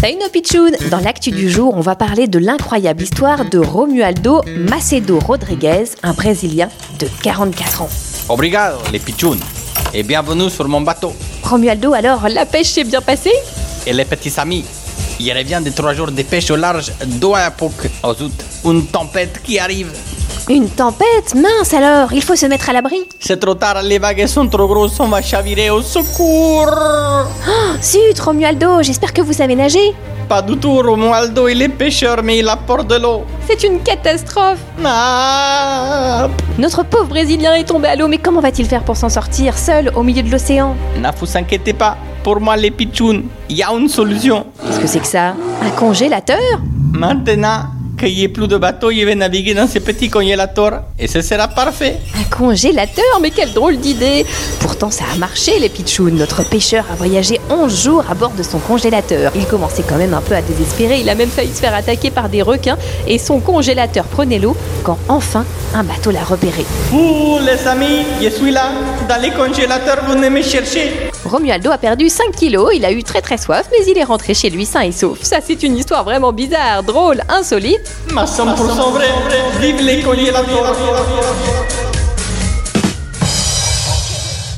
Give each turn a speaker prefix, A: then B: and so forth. A: Salut nos pitchounes Dans l'actu du jour, on va parler de l'incroyable histoire de Romualdo Macedo Rodriguez, un Brésilien de 44 ans.
B: Obrigado, les pitchounes, et bienvenue sur mon bateau.
A: Romualdo, alors, la pêche s'est bien passée
B: Et les petits amis, il revient de trois jours de pêche au large d'Oiapoque, aux août. Une tempête qui arrive.
A: Une tempête Mince alors, il faut se mettre à l'abri.
B: C'est trop tard, les vagues sont trop grosses, on va chavirer au secours.
A: Oh, zut, Romualdo, j'espère que vous savez nager.
B: Pas du tout, Romualdo, il est pêcheur, mais il apporte de l'eau.
A: C'est une catastrophe
B: Ah,
A: Notre pauvre Brésilien est tombé à l'eau, mais comment va-t-il faire pour s'en sortir, seul, au milieu de l'océan
B: ne vous inquiétez pas, pour moi, les pitchounes, il y a une solution.
A: Qu'est-ce que c'est que ça Un congélateur
B: Maintenant qu'il n'y ait plus de bateau, il va naviguer dans ces petits congélateurs et ce sera parfait.
A: Un congélateur Mais quelle drôle d'idée Pourtant, ça a marché, les pitchouns. Notre pêcheur a voyagé 11 jours à bord de son congélateur. Il commençait quand même un peu à désespérer. Il a même failli se faire attaquer par des requins. Et son congélateur prenait l'eau quand enfin un bateau l'a repéré.
B: Vous, les amis, je suis là. Dans les congélateurs, vous venez me chercher.
A: Romualdo a perdu 5 kilos. Il a eu très très soif, mais il est rentré chez lui sain et sauf. Ça, c'est une histoire vraiment bizarre, drôle, insolite.
B: Ma 100% vrai, vive les congélateurs.